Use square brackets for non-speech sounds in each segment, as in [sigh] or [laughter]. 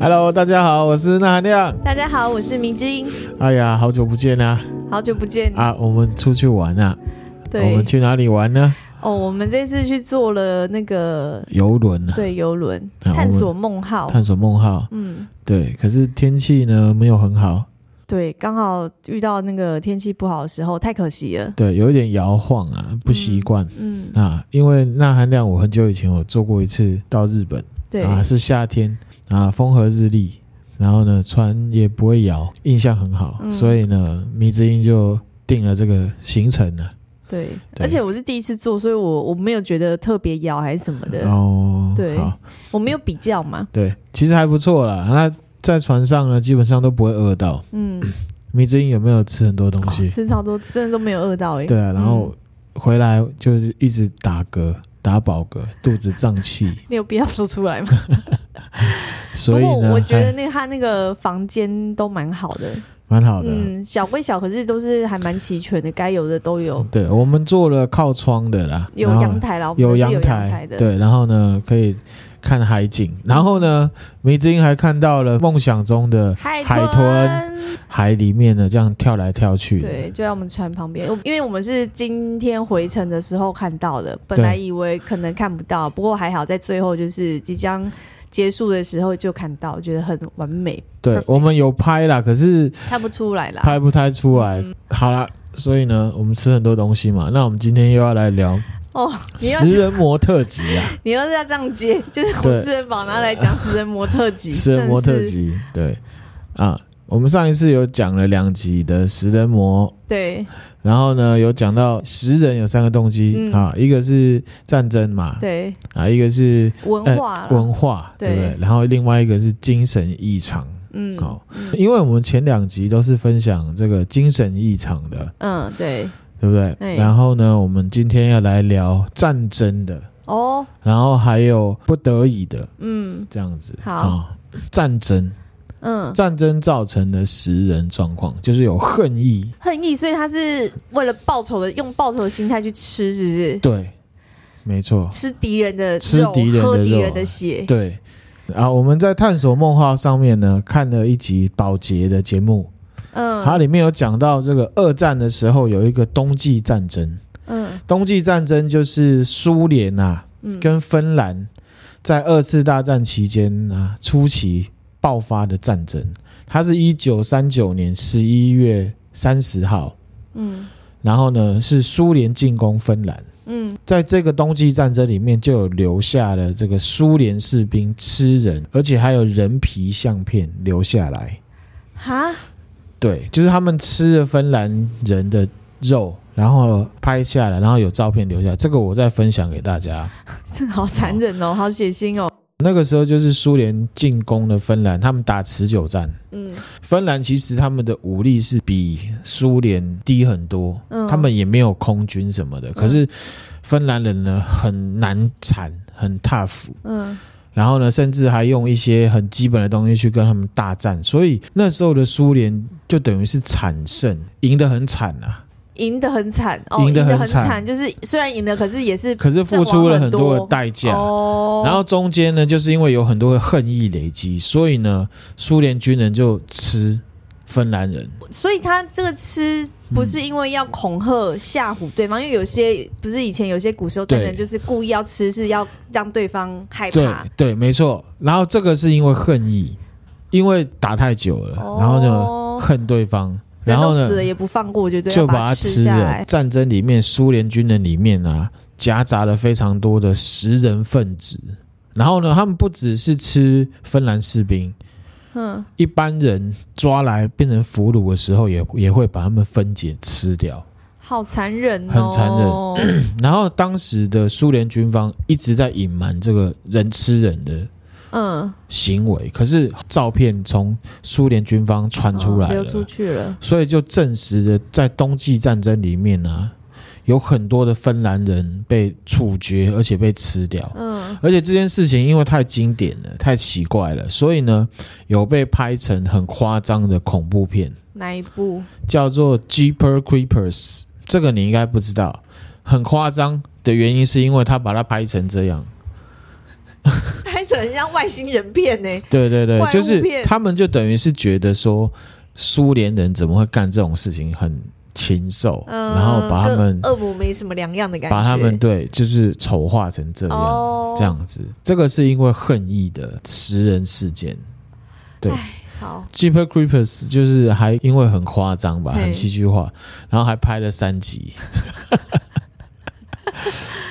Hello，大家好，我是那含亮。大家好，我是明晶，哎呀，好久不见啦！好久不见。啊，我们出去玩啊，我嗯对们，去哪里玩呢？哦，我们这次去坐了那个游轮啊，对游轮啊探索梦号，探索梦号。嗯，对，可是天气呢没有很好，对，刚好遇到那个天气不好的时候，太可惜了。对，有一点摇晃啊，不习惯。嗯，啊，因为那含量，我很久以前我做过一次到日本，对，啊，是夏天啊，风和日丽，然后呢，船也不会摇，印象很好，嗯所以呢，迷之音就定了这个行程啊了。对，对而且我是第一次坐，所以我我没有觉得特别摇还是什么的，哦，对好，我没有比较嘛。对，其实还不错啦。那在船上呢，基本上都不会饿到。嗯，迷之音有没有吃很多东西？吃超多，真的都没有饿哦到哎、对啊，然后回来就是一直打嗝。打饱嗝，肚子胀气，你有必要说出来吗？不 [laughs] 所以过呢，我觉得还那个他那个房间都蛮好的，蛮好的。啊嗯，小归小，可是都是还蛮齐全的，该有的都有。对，我们做了靠窗的啦，有然后阳台啦，我们有是有阳台的，嗯对，然后呢可以看海景，然后呢，迷之音还看到了梦想中的海海豚海里面呢这样跳来跳去，对，就在我们船旁边。我因为我们是今天回程的时候看到的，本来以为可能看不到，不过还好在最后就是即将结束的时候就看到，觉得很完美，对 perfect 我们有拍啦，可是看不出来啦。拍不太出来。嗯好啦，所以呢，我们吃很多东西嘛，那我们今天又要来聊哦，你要食人魔特辑啊， [laughs] 你要是要这样 [laughs] 接，就是我对们吃人堡拿来讲食人魔特 [laughs] 辑，食人魔真特的是辑，对啊，我们上一次有讲了两集的食人魔对然后呢，有讲到食人有三个动机、嗯啊，一个是战争嘛，对啊，一个是文化啦，文化，对对不对？然后另外一个是精神异常，嗯好、因为我们前两集都是分享这个精神异常的，嗯对对不对？对然后呢，我们今天要来聊战争的，哦然后还有不得已的嗯这样子，好啊战争，嗯战争造成的食人状况，就是有恨意，恨意，所以他是为了报仇的，用报仇的心态去吃，是不是？对，没错，吃敌人的吃肉，敌人的喝敌肉人的血，对，啊，我们在探索梦话上面呢，看了一集保洁的节目，它嗯里面有讲到这个二战的时候有一个冬季战争，嗯冬季战争就是苏联啊嗯，跟芬兰在二次大战期间啊初期爆发的战争，它是一九三九年十一月三十号，嗯然后呢是苏联进攻芬兰。嗯在这个冬季战争里面，就有留下了这个苏联士兵吃人，而且还有人皮相片留下来。哈， [laughs] 对，就是他们吃了芬兰人的肉，然后拍下来，然后有照片留下来。这个我再分享给大家。这好残忍哦，好血腥哦，那个时候就是苏联进攻了芬兰，他们打持久战。嗯芬兰其实他们的武力是比苏联低很多，嗯，他们也没有空军什么的。可是芬兰人呢，很难缠，很 tough。嗯然后呢，甚至还用一些很基本的东西去跟他们大战，所以那时候的苏联就等于是惨胜，赢得很惨啊。赢得很惨，哦，赢赢得很很惨惨，就是虽然赢了，可是也是可是付出了很多阵亡的很多代价。哦，然后中间呢，就是因为有很多的恨意累积，所以呢，苏联军人就吃芬兰人。所以他这个吃不是因为要恐吓吓唬对方，因为有些不是以前有些古时候真的嗯对就是故意要吃，是要让对方害对怕。对，没错。然后这个是因为恨意，因为打太久了，哦然后呢恨对方，人然都后呢死了也不放过，绝对就要把它它吃下了。来。战争里面，苏联军人里面啊，夹杂了非常多的食人分子。然后呢，他们不只是吃芬兰士兵，嗯，一般人抓来变成俘虏的时候也，也会把他们分解吃掉。好残忍哦，很残忍。然后当时的苏联军方一直在隐瞒这个人吃人的 [laughs] 嗯，行为，可是照片从苏联军方传出来哦了，流出去了。所以就证实了，在冬季战争里面呢、啊，有很多的芬兰人被处决，而且被吃掉。嗯而且这件事情因为太经典了，太奇怪了，所以呢，有被拍成很夸张的恐怖片，哪一部？叫做《Jeeper Creepers》。这个你应该不知道，很夸张的原因是因为他把它拍成这样， [laughs] 拍这很像外星人片呢、对对对怪，物就是片他们就等于是觉得说，苏联人怎么会干这种事情，很禽兽，嗯，然后把他们跟恶魔没什么两样的感觉，把他们对就是丑化成这样、哦这样子。这个是因为恨意的食人事件。对好， Jeepers Creepers 就是还因为很夸张吧，嘿很戏剧化，然后还拍了三集。 [laughs]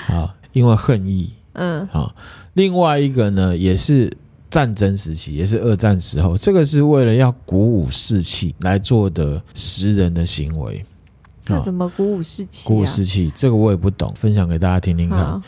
好，因为恨意，嗯好，另外一个呢，也是战争时期，也是二战时候，这个是为了要鼓舞士气来做的食人的行为。这啊怎么鼓舞士气、啊？鼓舞士气，这个我也不懂，分享给大家听听看好。，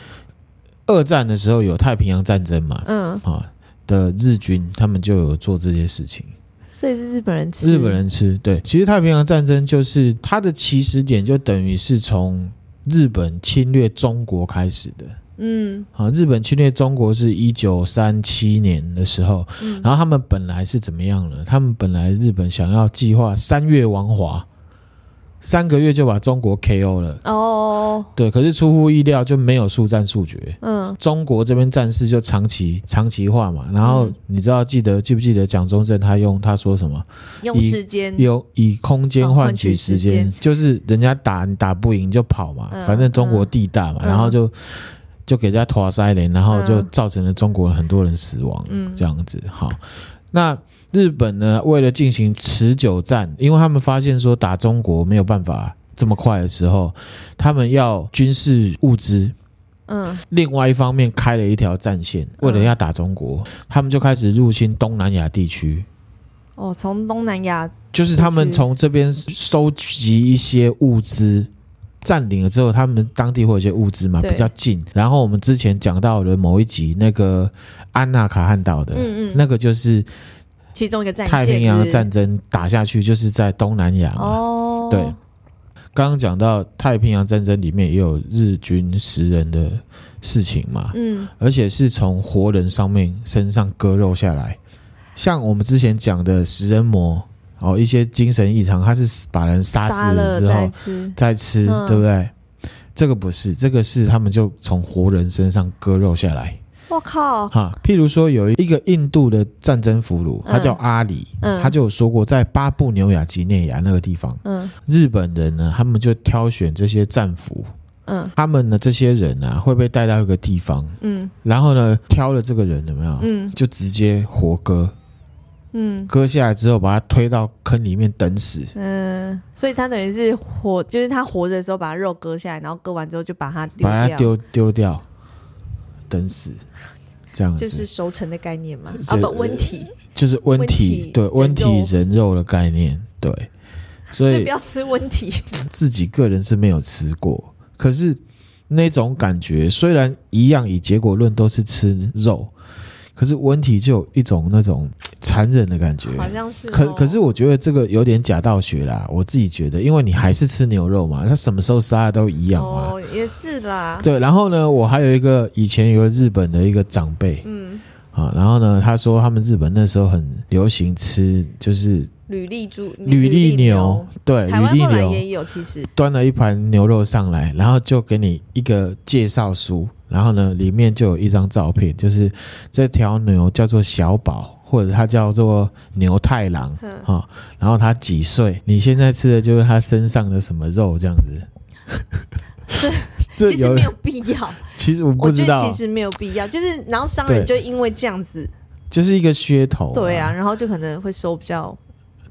二战的时候有太平洋战争嘛，嗯，啊的日军他们就有做这些事情。所以是日本人吃，日本人吃对，其实太平洋战争就是它的起始点，就等于是从日本侵略中国开始的。嗯，啊，日本侵略中国是一九三七年的时候，嗯然后他们本来是怎么样呢？他们本来日本想要计划三月亡华，三个月就把中国 KO 了，哦，对，可是出乎意料就没有速战速决。嗯，中国这边战事就长期长期化嘛，然后嗯你知道记得记不记得蒋中正他用他说什么？用以时间，有以空间换取时嗯换取间时，就是人家打你打不赢就跑嘛，嗯反正中国地大嘛，嗯然后就就给人家拖塞脸，然后嗯就造成了中国人很多人死亡，嗯这样子。好，那日本呢，为了进行持久战，因为他们发现说打中国没有办法这么快的时候，他们要军事物资，嗯另外一方面开了一条战线，为了要打中国，他们就开始入侵东南亚地区。哦，从东南亚就是他们从这边收集一些物资，占领了之后，他们当地会有一些物资嘛，对比较近。然后我们之前讲到的某一集，那个安纳卡汉岛的，嗯嗯那个就是其中一个战线，太平洋是的不是战争打下去，就是在东南亚嘛。哦，对，刚刚讲到太平洋战争里面也有日军食人的事情嘛，嗯，而且是从活人上面身上割肉下来。像我们之前讲的食人魔，哦，一些精神异常，他是把人杀死了了之再后吃，再吃，嗯对不对？这个不是，这个是他们就从活人身上割肉下来。我靠，哈，譬如说有一个印度的战争俘虏，他嗯叫阿里，嗯他就有说过，在巴布纽瓦吉内亚那个地方，嗯日本人呢，他们就挑选这些战俘，嗯他们呢这些人啊会被带到一个地方，嗯然后呢，挑了这个人有没有？嗯就直接活割，嗯割下来之后把他推到坑里面等死。嗯，所以他等于是活，就是他活着的时候把他肉割下来，然后割完之后就把它丢把它掉，丢丢掉，等死，这样子就是熟成的概念嘛，啊这不，温体，就是温温体体对人肉温体人肉的概念，对，所所以以不要吃温体，自己个人是没有吃过，可是那种感觉虽然一样以结果论都是吃肉，可是温体就有一种那种残忍的感觉，好像是哦，可可是我觉得这个有点假道学啦，我自己觉得，因为你还是吃牛肉嘛，它什么时候杀的都一样嘛。哦也是啦，啊对，然后呢，我还有一个以前有个日本的一个长辈嗯，啊，然后呢，他说他们日本那时候很流行吃就是履历猪，履历牛牛，，对，台履湾历后来牛也有，其实端了一盘牛肉上来，然后就给你一个介绍书，然后呢，里面就有一张照片，就是这条牛叫做小宝，或者它叫做牛太郎。嗯啊、然后他几岁？你现在吃的就是他身上的什么肉这样子？ [laughs] 这其实没有必要，其实我 [laughs] 不我知觉得道其，实没有必要，就是然后商人就因为这样子，就是一个噱头、对啊，，然后就可能会收比较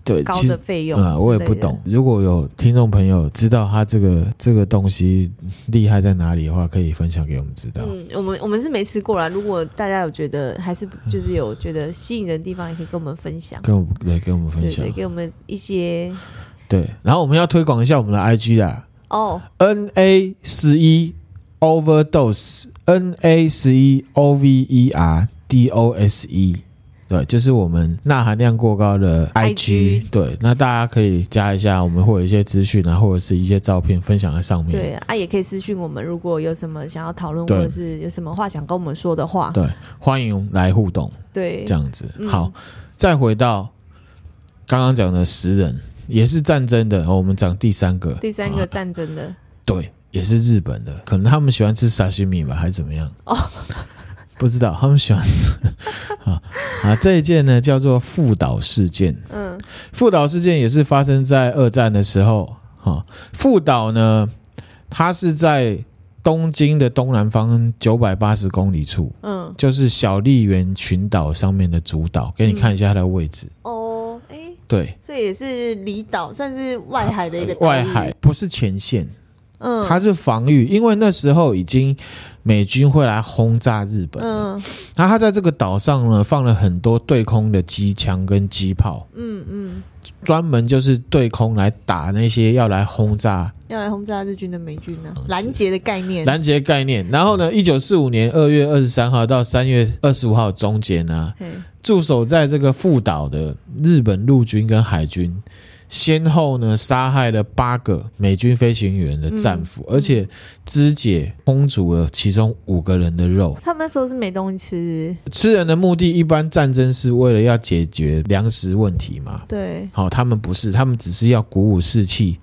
对，高呃其的实费用啊、我也之类不的懂。。如果有听众朋友知道他这个这个东西厉害在哪里的话，可以分享给我们知道。嗯，我们我们是没吃过啦。如果大家有觉得还是就是有觉得吸引人的地方，也可以跟我们分享，跟我们来跟我们分对享对，给我们一些对，然后我们要推广一下我们的 IG 啊哦， ，N A 十一 overdose，N A 十一 O V E R D O S E，对，就是我们钠含量过高的 IG，, IG 对，那大家可以加一下，我们会有一些资讯啊，或者是一些照片分享在上面，对啊，也可以私讯我们，如果有什么想要讨论嗯对或者是有什么话想跟我们说的话，对，欢迎来互动，对这，样子。嗯好，再回到刚刚讲的食人，也是战争的，哦我们讲第三个，第三啊个战争的对，也是日本的，可能他们喜欢吃沙西米吧，还是怎么样？哦，不知道他们喜欢 [laughs] 吃啊啊！这一件呢叫做富岛事件，嗯，富岛事件也是发生在二战的时候。哈、富岛呢，它是在东京的东南方九百八十公里处，嗯，就是小笠原群岛上面的主岛。给你看一下它的位置，哦，哎，对，所以也是离岛，算是外海的一个岛屿呃外海，不是前线，嗯，它是防御，因为那时候已经美军会来轰炸日本了。嗯那它在这个岛上呢，放了很多对空的机枪跟机炮，嗯嗯，专门就是对空来打那些要来轰炸要来轰炸日军的美军呢，拦截的概念，拦截概念。然后呢，一九四五年二月二十三号到三月二十五号中间呢，嘿驻守在这个富岛的日本陆军跟海军，先后呢杀害了八个美军飞行员的战俘，嗯而且肢解、烹煮了其中五个人的肉。他们那时候是没东西吃，吃人的目的，一般战争是为了要解决粮食问题嘛。对，好、他们不是，他们只是要鼓舞士气，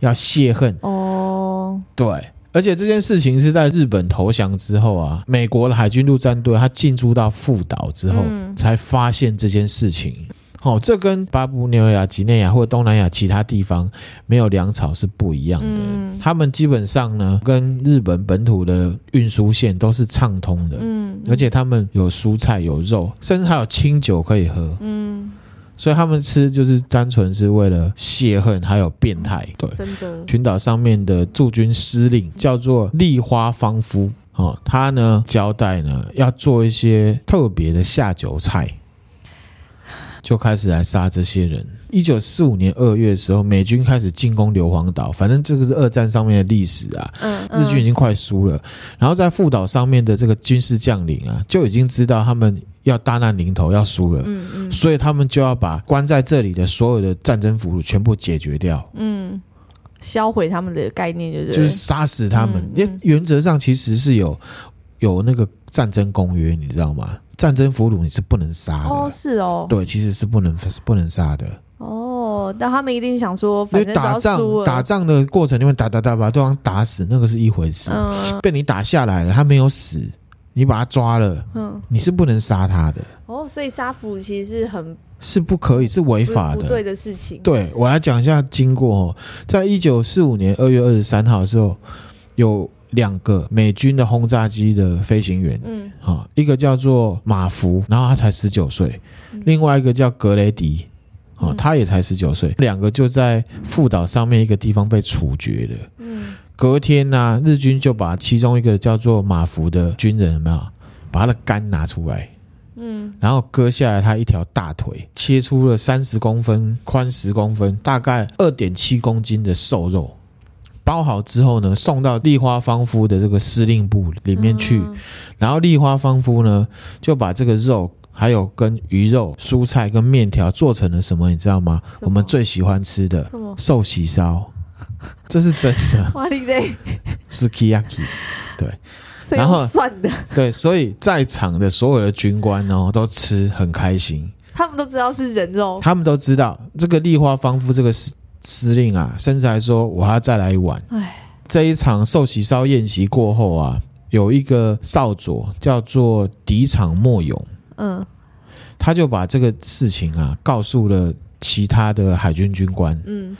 要泄恨。哦，对，而且这件事情是在日本投降之后啊，美国的海军陆战队他进驻到富岛之后，嗯才发现这件事情。哦，这跟巴布纽亚、几内亚或东南亚其他地方没有粮草是不一样的。嗯他们基本上呢，跟日本本土的运输线都是畅通的，嗯而且他们有蔬菜、有肉，甚至还有清酒可以喝。嗯，所以他们吃就是单纯是为了泄恨，还有变态。对，真的，群岛上面的驻军司令叫做立花芳夫。哦，他呢交代呢要做一些特别的下酒菜，就开始来杀这些人。一九四五年二月的时候，美军开始进攻硫磺岛，反正这个是二战上面的历史啊。嗯，日军已嗯经快输了，然后在富岛上面的这个军事将领啊，就已经知道他们要大难临头，要输了，嗯嗯所以他们就要把关在这里的所有的战争俘虏全部解决掉。嗯，销毁他们的概念就是就是杀死他们嗯。因为嗯原则上其实是有有那个战争公约，你知道吗？战争俘虏你是不能杀的，啊哦，是哦，对，其实是不能是不能杀的，哦，但他们一定想说，因反为正都打要仗输了，打仗的过程里面打打打把对方打死，那个是一回事。嗯被你打下来了，他没有死，你把他抓了，嗯，你是不能杀他的，哦，所以杀俘其实是很是不可以，是违不法不的。对的事情，对我来讲一下经过哦，在一九四五年二月二十三号的时候，有两个美军的轰炸机的飞行员，嗯啊、一个叫做马福，然后他才十九岁，另外一个叫格雷迪，哦，嗯他也才十九岁，两个就在富岛上面一个地方被处决了。嗯隔天呢、日军就把其中一个叫做马福的军人有没有，把他的肝拿出来，嗯然后割下来他一条大腿，切出了三十公分、宽十公分，大概二点七公斤的瘦肉。包好之后呢，送到立花芳夫的这个司令部里面去，嗯然后立花芳夫呢，就把这个肉还有跟鱼肉、蔬菜跟面条做成了什么，你知道吗？什么我们最喜欢吃的什么寿喜烧，这是真的哇你嘞， ，sukiyaki。所以然后用算的，对，所以在场的所有的军官哦，都吃很开心，他们都知道是人肉，他们都知道这个立花芳夫这个司司令啊，甚至还说我还要再来一碗。哎，这一场寿喜烧宴席过后啊，有一个少佐叫做敌场莫勇。嗯他就把这个事情啊告诉了其他的海军军官，嗯，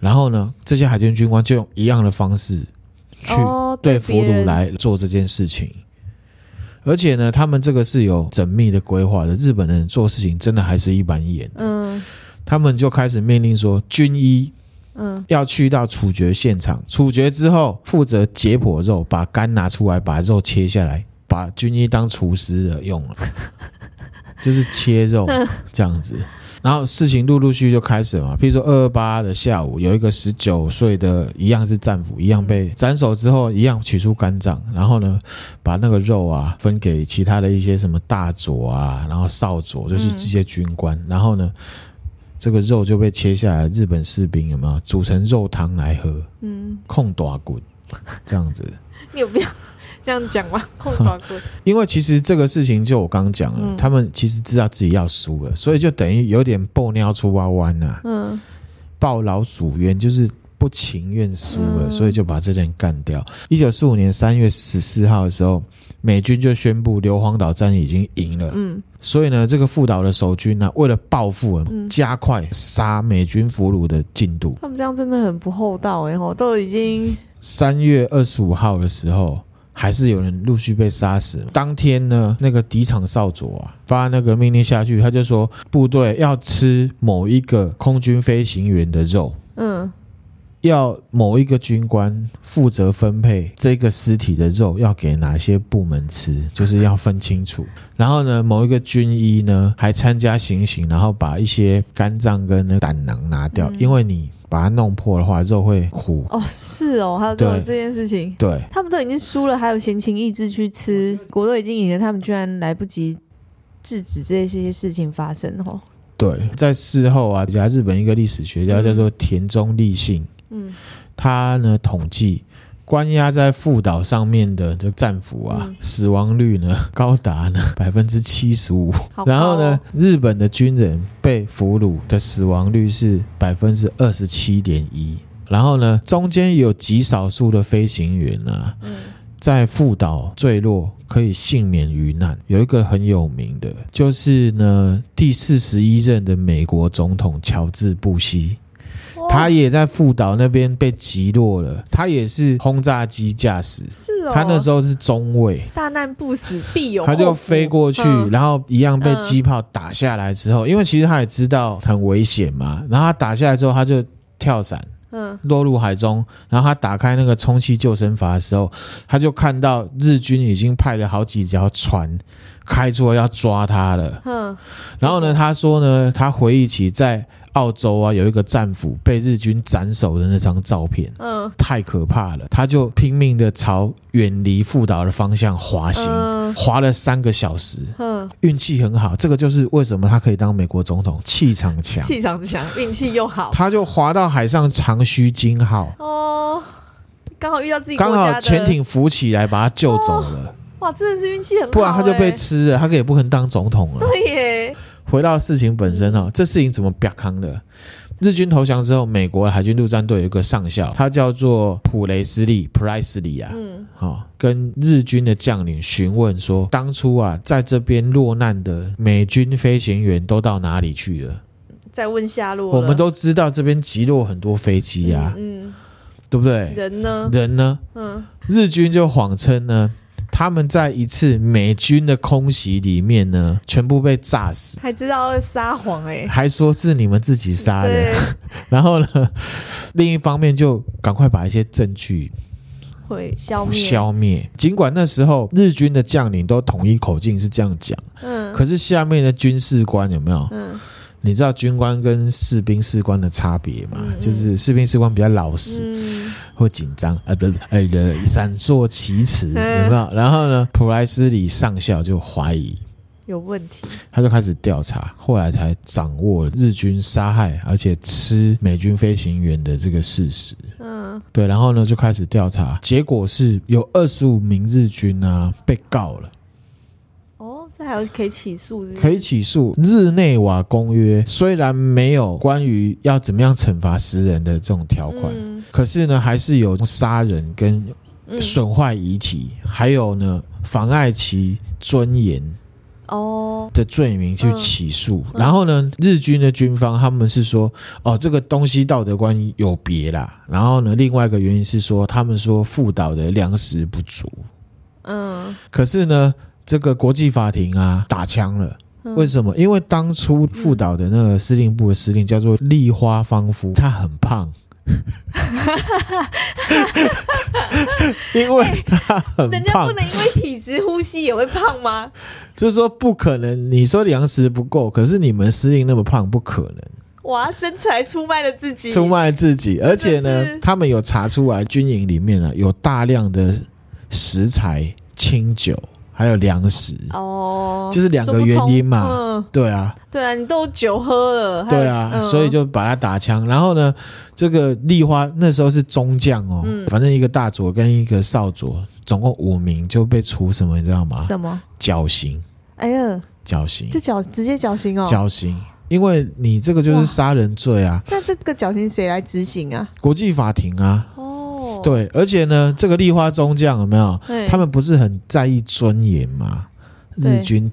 然后呢，这些海军军官就用一样的方式去哦对对俘别虏人来做这件事情。而且呢，他们这个是有缜密的规划的。日本人做事情真的还是一板一眼，嗯他们就开始命令说，军医嗯要去到处决现场，处决之后负责解剖肉，把肝拿出来，把肉切下来，把军医当厨师的用了， [laughs] 就是切肉这样子。然后事情陆陆续续就开始了嘛，譬如说二二八的下午，有一个十九岁的，一样是战俘，一样被斩首之后，一样取出肝脏，然后呢，把那个肉啊分给其他的一些什么大佐啊，然后少佐，就是这些军官，然后呢，这个肉就被切下来，日本士兵有没有煮成肉汤来喝，嗯，控大滚这样子。你有必要这样讲吗？空法棍，因为其实这个事情就我刚讲了，嗯他们其实知道自己要输了，所以就等于有点爆尿出蛙湾呐、啊，嗯抱老鼠冤，就是不情愿输了，所以就把这人干掉。一九四五年三月十四号的时候，美军就宣布硫磺岛战役已经赢了。嗯，所以呢，这个副岛的守军呢、为了报复啊，嗯加快杀美军俘虏的进度。他们这样真的很不厚道哎、吼，都已经三月二十五号的时候，还是有人陆续被杀死。当天呢，那个敌场少佐啊发那个命令下去，他就说部队要吃某一个空军飞行员的肉，嗯要某一个军官负责分配这个尸体的肉要给哪些部门吃，就是要分清楚。然后呢，某一个军医呢还参加行刑，然后把一些肝脏跟那胆囊拿掉，因为你把它弄破的话，肉会糊。哦是哦，还有这种对这件事情。对，他们都已经输了，还有闲情逸致去吃，国都已经赢了，他们居然来不及制止这些事情发生哦。对，在事后啊，人家日本一个历史学家嗯叫做田中立信，嗯，他呢统计关押在富岛上面的这战俘啊，嗯死亡率呢高达呢百分之七十五，好高哦然后呢，，日本的军人被俘虏的死亡率是百分之二十七点一，然后呢，中间有极少数的飞行员啊，嗯在富岛坠落可以幸免于难。有一个很有名的，就是呢第四十一任的美国总统乔治布希，哦他也在富岛那边被击落了，他也是轰炸机驾驶，是哦，他那时候是中尉。大难不死必有后他福，就飞过去，嗯然后一样被机炮打下来之后，因为其实他也知道很危险嘛，然后他打下来之后，他就跳伞嗯落入海中，然后他打开那个充气救生筏的时候，他就看到日军已经派了好几条船开出来要抓他了。哼，然后呢，他说呢，他回忆起在澳洲啊有一个战俘被日军斩首的那张照片。嗯太可怕了，他就拼命的朝远离富岛的方向滑行，嗯滑了三个小时，哼，运气很好，这个就是为什么他可以当美国总统，气场强。气场强，运气又好他就滑到海上长须鲸号，哦，刚好遇到自己国刚家好的哦潜，艇浮起来把他救走了，哇，真的是运气很好欸，不然他就被吃了，他也不可能当总统了。对耶，回到事情本身哦，这事情怎么瘪康的？日军投降之后，美国海军陆战队有一个上校，他叫做普雷斯利 （Price l 啊，嗯好、跟日军的将领询问说，当初啊在这边落难的美军飞行员都到哪里去了？再问下落了，我们都知道这边击落很多飞机啊，嗯，对不嗯对？人呢，人呢？嗯日军就谎称呢，他们在一次美军的空袭里面呢，全部被炸死，还知道撒谎哎，还说是你们自己杀的。对，然后呢，另一方面就赶快把一些证据会消灭，消灭。尽管那时候日军的将领都统一口径是这样讲，嗯可是下面的军事官有没有？嗯你知道军官跟士兵士官的差别吗？嗯嗯就是士兵士官比较老实，嗯。会紧张啊，不是，哎，呃闪烁其词，嗯有没有？然后呢，普莱斯里上校就怀疑，有问题，他就开始调查，后来才掌握了日军杀害而且吃美军飞行员的这个事实。嗯，对，然后呢就开始调查，结果是有二十五名日军啊被告了，哦，这还有可以起诉是不是，可以起诉。日内瓦公约虽然没有关于要怎么样惩罚私人的这种条款。嗯可是呢，还是有杀人跟嗯，损坏遗体，还有呢妨碍其尊严哦，的罪名去起诉。嗯然后呢，日军的军方他们是说，哦，这个东西道德观有别啦。然后呢，另外一个原因是说，他们说富岛的粮食不足。嗯，可是呢，这个国际法庭啊打枪了。嗯为什么？因为当初副岛的那个司令部的司令叫做立花芳夫，他很 [laughs] 胖，因为他很哎人家胖不，能因为体质呼吸也会胖吗？就是说不可能。你说粮食不够，可是你们司令那么胖，不可能哇，身材出卖了自己，出卖自己。而且呢是，他们有查出来，军营里面啊有大量的食材、清酒，还有粮食。哦，就是两个原因嘛说不通对啊，嗯，对啊，你都酒喝了，还有对啊，嗯所以就把他打枪。然后呢，这个丽花那时候是中将哦，嗯反正一个大佐跟一个少佐，总共五名就被处什么，你知道吗？什么？绞刑，哎呀，绞刑就，绞直接绞刑哦，绞刑。因为你这个就是杀人罪啊，那这个绞刑谁来执行啊？国际法庭啊。哦，对，而且呢，这个立花中将有没有？对，他们不是很在意尊严吗？对日军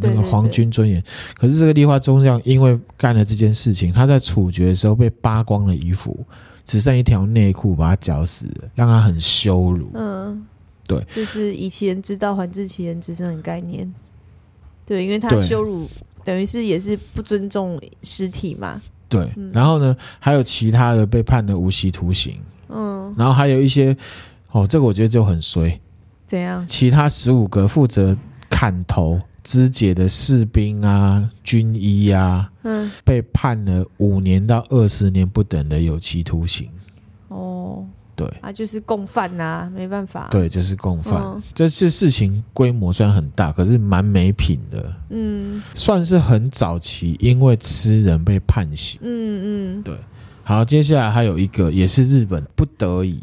那对个对皇军尊严，可是这个立花中将因为干了这件事情，他在处决的时候被扒光了衣服，只剩一条内裤，把他绞死了，让他很羞辱。嗯，对，就是以其人之道还治其人之身的概念。对，因为他对羞辱，等于是也是不尊重尸体嘛。对嗯，然后呢，还有其他的被判的无期徒刑，嗯，然后还有一些，哦，这个我觉得就很衰，怎样？其他十五个负责砍头。肢解的士兵啊，军医啊，嗯，被判了五年到二十年不等的有期徒刑。哦，对啊，就是共犯呐、没办法。，对，就是共犯。啊嗯这次事情规模虽然很大，可是蛮没品的，嗯算是很早期，因为吃人被判刑。嗯嗯，好，接下来还有一个也是日本不得已，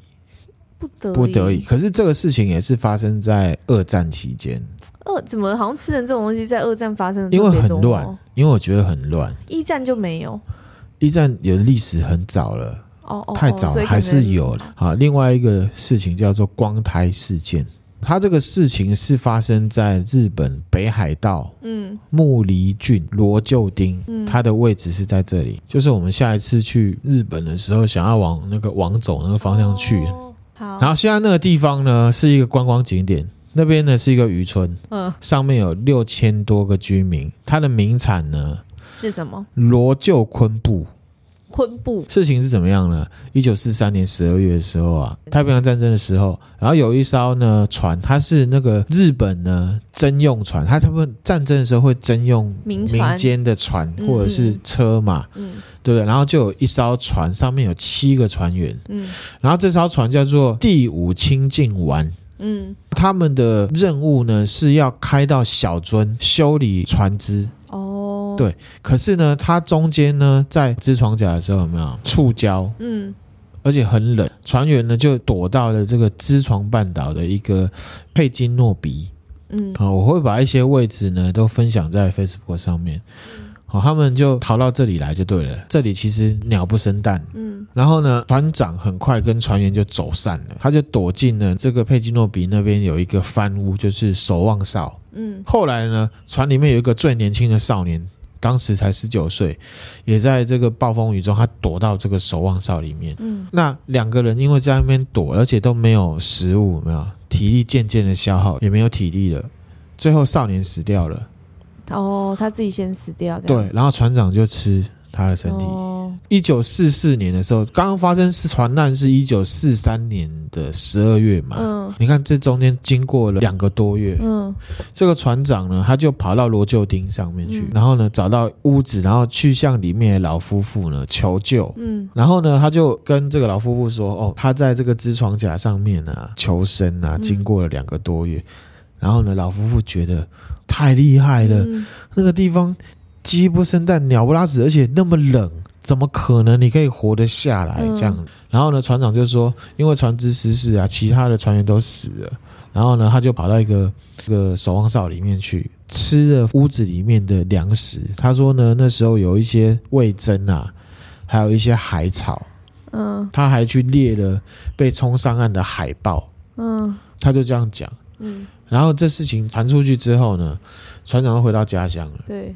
不得不得已。。可是这个事情也是发生在二战期间，二怎么好像吃人这种东西在二战发生的因特为别多哦？很乱，因为我觉得很乱。一战就没有。一战有历史很早了，哦哦，太哦早所了，以可还是能有了啊。另外一个事情叫做光台事件，它这个事情是发生在日本北海道嗯木梨郡罗臼町，嗯它的位置是在这里。就是我们下一次去日本的时候，想要往那个往走那个方向去。哦好，然后现在那个地方呢是一个观光景点，那边呢是一个渔村，嗯上面有六千多个居民，它的名产呢是什么？罗臼昆布。昆布。事情是怎么样呢？一九四三年十二月的时候啊，太平洋战争的时候，然后有一艘呢船，它是那个日本呢征用船，它他们战争的时候会征用民民船间的船嗯或者是车嘛，嗯对不对？然后就有一艘船上面有七个船员，嗯然后这艘船叫做第五清净丸。嗯，他们的任务呢是要开到小樽修理船只，哦，对可是呢，它中间呢在织床甲的时候有没有触礁？嗯而且很冷，船员呢就躲到了这个支床半岛的一个佩金诺比嗯啊、我会把一些位置呢都分享在 Facebook 上面。嗯好、他们就逃到这里来就对了。这里其实鸟不生蛋。嗯然后呢，船长很快跟船员就走散了，他就躲进了这个佩金诺比那边有一个帆屋，就是守望哨。嗯后来呢，船里面有一个最年轻的少年，当时才十九岁，也在这个暴风雨中，他躲到这个守望哨里面。嗯，那两个人因为在那边躲，而且都没有食物，有没有体力渐渐的消耗，也没有体力了。最后少年死掉了，哦，他自己先死掉，这样对，然后船长就吃他的身体。哦，一九四四年的时候，刚刚发生是船难，是一九四三年的十二月嘛。嗯你看这中间经过了两个多月，嗯这个船长呢，他就跑到罗臼町上面去，嗯然后呢找到屋子，然后去向里面的老夫妇呢求救。嗯然后呢，他就跟这个老夫妇说：“哦，他在这个支床甲上面啊求生啊，嗯经过了两个多月。然后呢，老夫妇觉得太厉害了，嗯那个地方鸡不生蛋，鸟不拉屎，而且那么冷，怎么可能你可以活得下来嗯这样？然后呢，船长就说，因为船只失事啊，其他的船员都死了。然后呢，他就跑到一个呃一个守望哨里面去，吃了屋子里面的粮食。他说呢，那时候有一些味噌啊，还有一些海草。嗯他还去猎了被冲上岸的海豹，嗯他就这样讲。嗯，然后这事情传出去之后呢，船长就回到家乡了。对，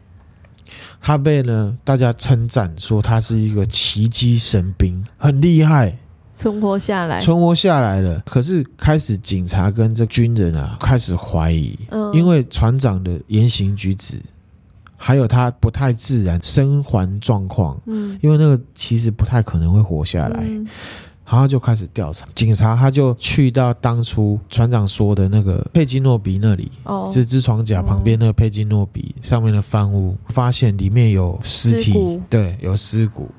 他被呢大家称赞说他是一个奇迹神兵，很厉害，存活下来，存活下来了。可是开始警察跟这军人啊开始怀疑，嗯，因为船长的言行举止，还有他不太自然生还状况。嗯因为那个其实不太可能会活下来，嗯然后就开始调查。警察他就去到当初船长说的那个佩基诺比那里，哦，是支床甲旁边那个佩金诺比上面的翻屋，发现里面有尸尸体骨，对，有尸骨。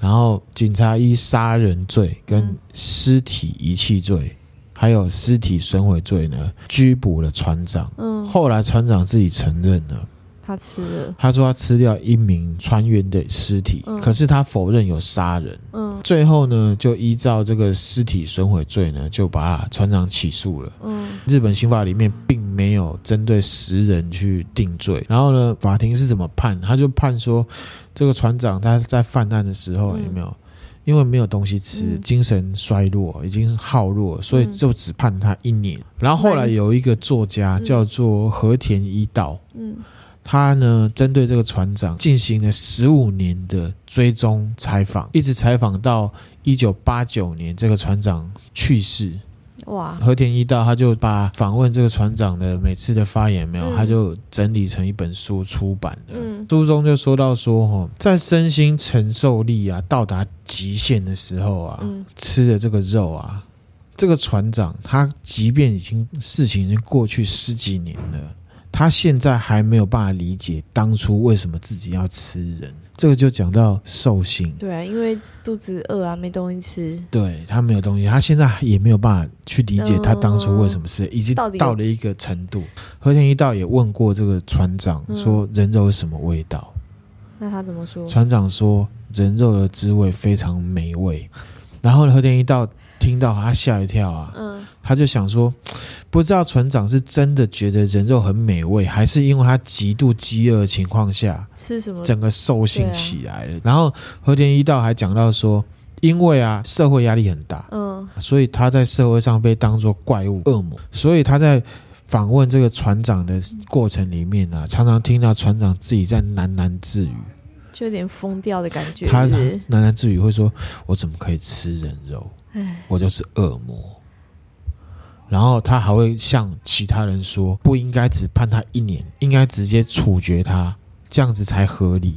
然后警察依杀人罪、跟嗯尸体遗弃罪，还有尸体损毁罪呢，拘捕了船长。嗯，后来船长自己承认了，他吃了，他说他吃掉一名船员的尸体，嗯可是他否认有杀人。嗯最后呢，就依照这个尸体损毁罪呢，就把船长起诉了。嗯日本刑法里面并没有针对十人去定罪。然后呢，法庭是怎么判？他就判说，这个船长他在犯案的时候嗯有没有？因为没有东西吃，嗯精神衰弱，已经耗弱，所以嗯就只判他一年。然后后来那你有一个作家嗯叫做和田一道，嗯他呢针对这个船长进行了十五年的追踪采访，一直采访到一九八九年这个船长去世。哇，和田一道他就把访问这个船长的每次的发言没有，嗯他就整理成一本书出版的。嗯书中就说到说，哈，在身心承受力啊到达极限的时候啊，嗯吃的这个肉啊，这个船长他即便已经事情已经过去十几年了，他现在还没有办法理解当初为什么自己要吃人。这个就讲到兽性，对啊，因为肚子饿啊，没东西吃，对他没有东西，他现在也没有办法去理解他当初为什么是，已经哦到底有到了一个程度。和田一道也问过这个船长嗯说人肉是什么味道，那他怎么说？船长说人肉的滋味非常美味。 [laughs] 然后和田一道听到他吓一跳啊，嗯他就想说，不知道船长是真的觉得人肉很美味，还是因为他极度饥饿的情况下，吃什么？整个兽啊性起来了。然后和田一道还讲到说，因为啊社会压力很大，嗯所以他在社会上被当作怪物、恶魔，所以他在。访问这个船长的过程里面啊，常常听到船长自己在喃喃自语，就有点疯掉的感觉，他是不喃是喃自语会说：“我怎么可以吃人肉？唉，我就是恶魔。”然后他还会向其他人说：“不应该只判他一年，应该直接处决他，这样子才合理。”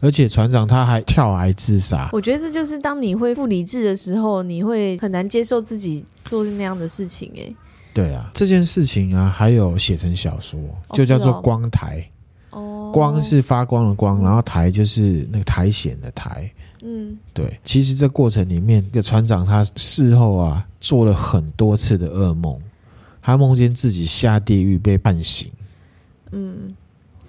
而且船长他还跳崖自杀，我觉得这就是当你会不理智的时候，你会很难接受自己做那样的事情、欸。对啊，这件事情啊，还有写成小说，哦就叫是做哦《光台》哎，哦，光是发光的光，嗯然后台就是那个苔藓的苔。嗯对，其实这过程里面，这个船长他事后啊做了很多次的噩梦，他梦见自己下地狱被判刑，嗯，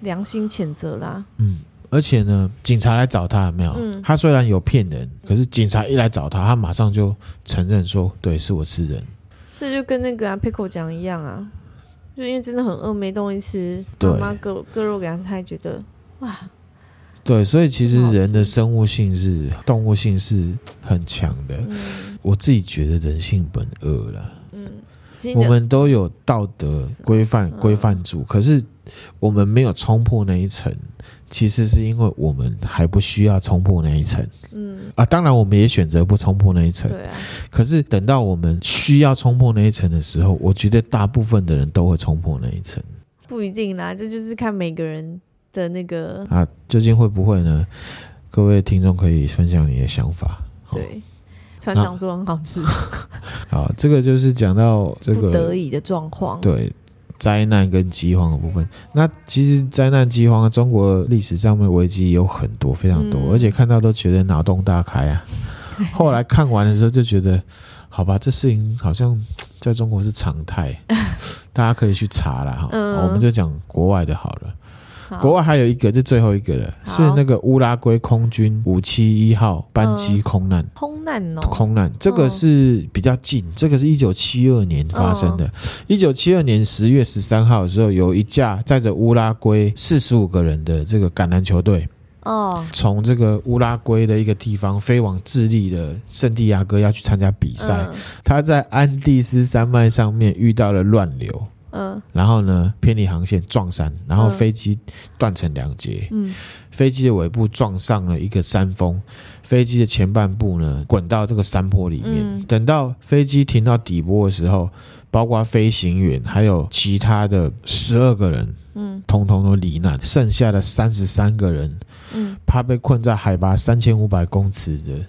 良心谴责啦，嗯，而且呢，警察来找他有没有？嗯他虽然有骗人，可是警察一来找他，他马上就承认说，对，是我吃人。这就跟那个啊 Pickle 讲一样啊，就因为真的很饿，没东西吃，对妈妈割割肉给他，他还觉得哇，对，所以其实很好吃人的生物性是动物性是很强的。嗯我自己觉得人性本恶了。嗯，其实我你的们都有道德规范嗯规范住，可是我们没有冲破那一层，其实是因为我们还不需要冲破那一层嗯，啊。当然，我们也选择不冲破那一层，对啊，可是等到我们需要冲破那一层的时候，我觉得大部分的人都会冲破那一层不一定啦，这就是看每个人的那个啊。究竟会不会呢？各位听众可以分享你的想法。好对。船长说很好吃，好，这个就是讲到这不个得已的状况。对灾难跟饥荒的部分。那其实灾难、饥荒，中国历史上面危机有很多，非常多，嗯而且看到都觉得脑洞大开 [laughs] 啊。后来看完的时候就觉得，好吧，这事情好像在中国是常 [laughs] 态，大家可以去查啦。哈。哦嗯我们就讲国外的好了。好，国外还有一个，这最后一个了，好是那个乌拉圭空军五七一号班嗯机空难。空难哦，空难，这个是比较近，这个是一九七二年发生的。嗯一九七二年十月十三号的时候，有一架载着乌拉圭四十五个人的这个橄榄球队，哦，从这个乌拉圭的一个地方飞往智利的圣地亚哥，要去参加比嗯赛。他在安第斯山脉上面遇到了乱流，嗯然后呢偏离航线撞山，然后嗯飞机断成两截。嗯飞机的尾部撞上了一个山峰，飞机的前半部呢滚到这个山坡里面。嗯等到飞机停到底波的时候，包括飞行员还有其他的十二个人，嗯通通都罹难，剩下的三十三个人，嗯，他被困在海拔三千五百公尺的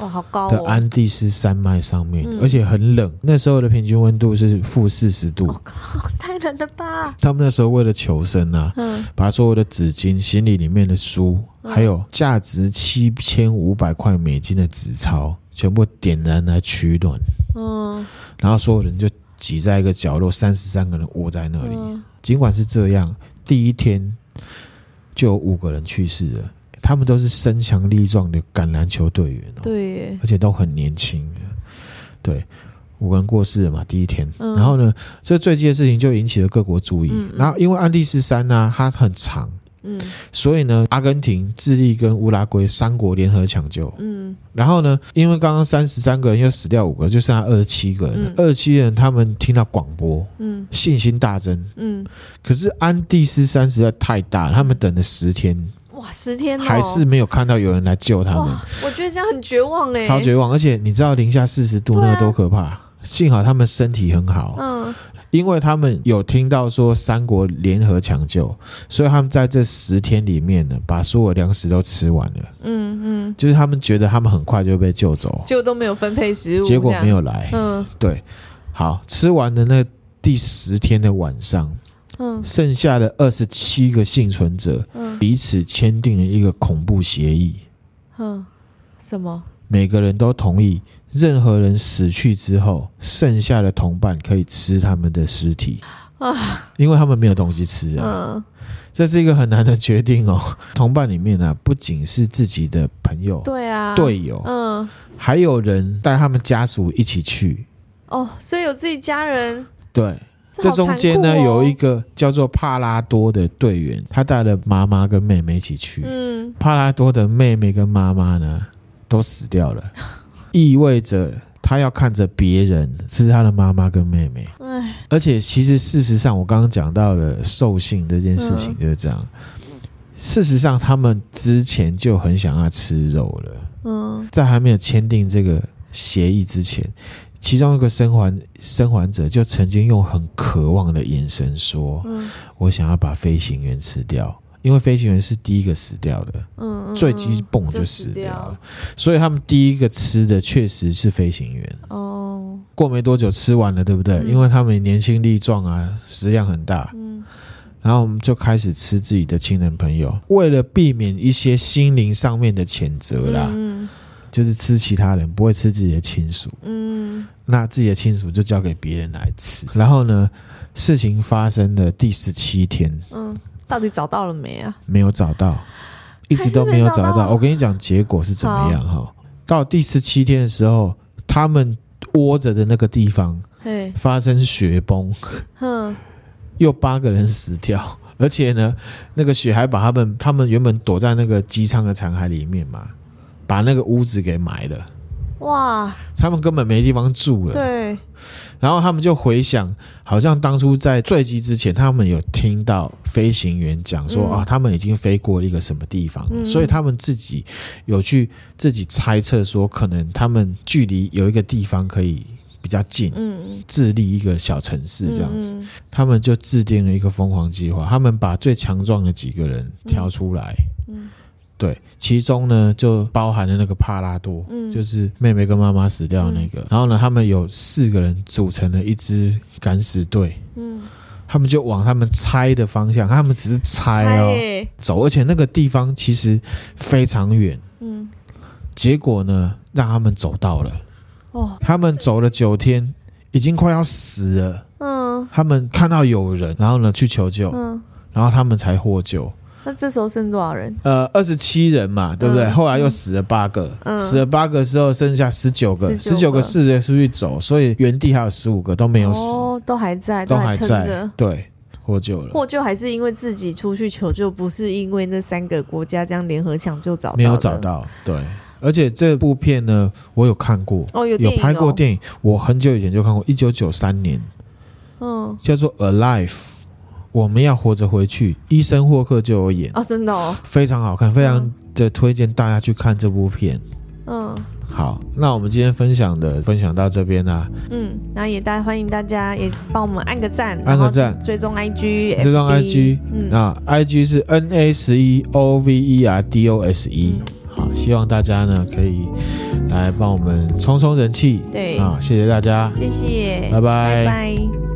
哇，好高的哦，安第斯山脉上面，嗯而且很冷。那时候的平均温度是负四十度。我靠，太冷了吧？他们那时候为了求生啊，嗯把所有的纸巾、行李里面的书，嗯还有价值七千五百块美金的纸钞，全部点燃来取暖。嗯然后所有人就挤嗯在一个角落，三十三个人窝在那里。嗯尽管是这样，第一天就有五个人去世了，他们都是身强力壮的橄榄球队员、哦，对耶，而且都很年轻。对，五个人过世了嘛，第一天。嗯然后呢，这坠机的事情就引起了各国注意。嗯嗯然后因为安第斯山呢、它很长，嗯所以呢，阿根廷、智利跟乌拉圭三国联合抢救。嗯然后呢，因为刚刚三十三个人又死掉五个，就剩下二十七个人了。二十七人他们听到广播，嗯信心大增。嗯，可是安第斯山实在太大了，他们等了十天，哇，十天哦还是没有看到有人来救他们哇，，我觉得这样很绝望哎，超绝望。而且你知道零下四十度对啊那个多可怕？幸好他们身体很好，嗯因为他们有听到说三国联合抢救，所以他们在这十天里面呢，把所有粮食都吃完了。嗯嗯，就是他们觉得他们很快就被救走，结果都没有分配食物，结果没有，有来。嗯对，好吃完的那第十天的晚上，嗯剩下的二十七个幸存者嗯彼此签订了一个恐怖协议，嗯，什么？每个人都同意，任何人死去之后，剩下的同伴可以吃他们的尸体啊，因为他们没有东西吃啊。嗯这是一个很难的决定哦。同伴里面呢、啊，不仅是自己的朋友、对啊，，队友，嗯还有人带他们家属一起去。哦，所以有自己家人，对，这好中残间呢、酷哦有一个叫做帕拉多的队员，他带了妈妈跟妹妹一起去。嗯帕拉多的妹妹跟妈妈呢都死掉了， [laughs] 意味着他要看着别人吃他的妈妈跟妹妹。哎而且其实事实上，我刚刚讲到了兽性这件事情嗯就是这样。事实上，他们之前就很想要吃肉了，嗯在还没有签订这个协议之前，其中一个生还生还者就曾经用很渴望的眼神说嗯：“我想要把飞行员吃掉，因为飞行员是第一个死掉的。”嗯，坠机嗯蹦就死掉了，所以他们第一个吃的确实是飞行员。哦，过没多久吃完了，对不对？嗯因为他们年轻力壮啊，食量很大，嗯然后我们就开始吃自己的亲人朋友。为了避免一些心灵上面的谴责啦，嗯就是吃其他人，不会吃自己的亲属。嗯那自己的亲属就交给别人来吃。然后呢，事情发生的第十七天嗯，到底找到了没啊？没有找到，一直都没有找到。还是没找到我跟你讲结果是怎么样哈？到第十七天的时候，他们窝着的那个地方嘿，发生雪崩， [laughs] 哼，又八个人死掉。而且呢，那个雪还把他们他们原本躲在那个机舱的残骸里面嘛，把那个屋子给埋了，哇，他们根本没地方住了。对，然后他们就回想，好像当初在坠机之前，他们有听到飞行员讲说、嗯啊，他们已经飞过一个什么地方了，嗯所以他们自己有去自己猜测说，可能他们距离有一个地方可以比较近，嗯，智利一个小城市这样子。嗯，他们就制定了一个疯狂计划，他们把最强壮的几个人挑出来，嗯对，其中呢就包含了那个帕拉多，嗯就是妹妹跟妈妈死掉的那个。然后呢，他们有四个人组成了一支敢死队，嗯，他们就往他们猜的方向，他们只是猜哦耶，走，而且那个地方其实非常远，嗯，结果呢让他们走到了，哦，他们走了九天，已经快要死了，嗯他们看到有人，然后呢去求救，嗯，然后他们才获救。那这时候剩多少人？呃，二十七人嘛，对不对？嗯后来又死了八个，嗯死了八个之后剩下十九个，十19九个个试着出去走，所以原地还有十五个都没有死，哦，都还在，都还还撑在着。，对，获救了，获救还是因为自己出去求救，不是因为那三个国家这样联合抢救找到的没有找。到，对。而且这部片呢，我有看过，哦，有有电影哦拍过，电影，我很久以前就看过，一九九三年嗯，叫做《Alive》，我们要活着回去，医生霍克就有演，哦，真的哦，非常好看，非常嗯的推荐大家去看这部片。嗯好，那我们今天分享的分享到这边啊啦、嗯，那也大欢迎大家也帮我们按个赞，按个赞然后追踪 IG，追踪 FB IG，嗯，那 IG 是 N A 十一 O V E R D O S E，嗯好，希望大家呢可以来帮我们冲冲人气，对啊，谢谢大家，谢谢，拜拜拜拜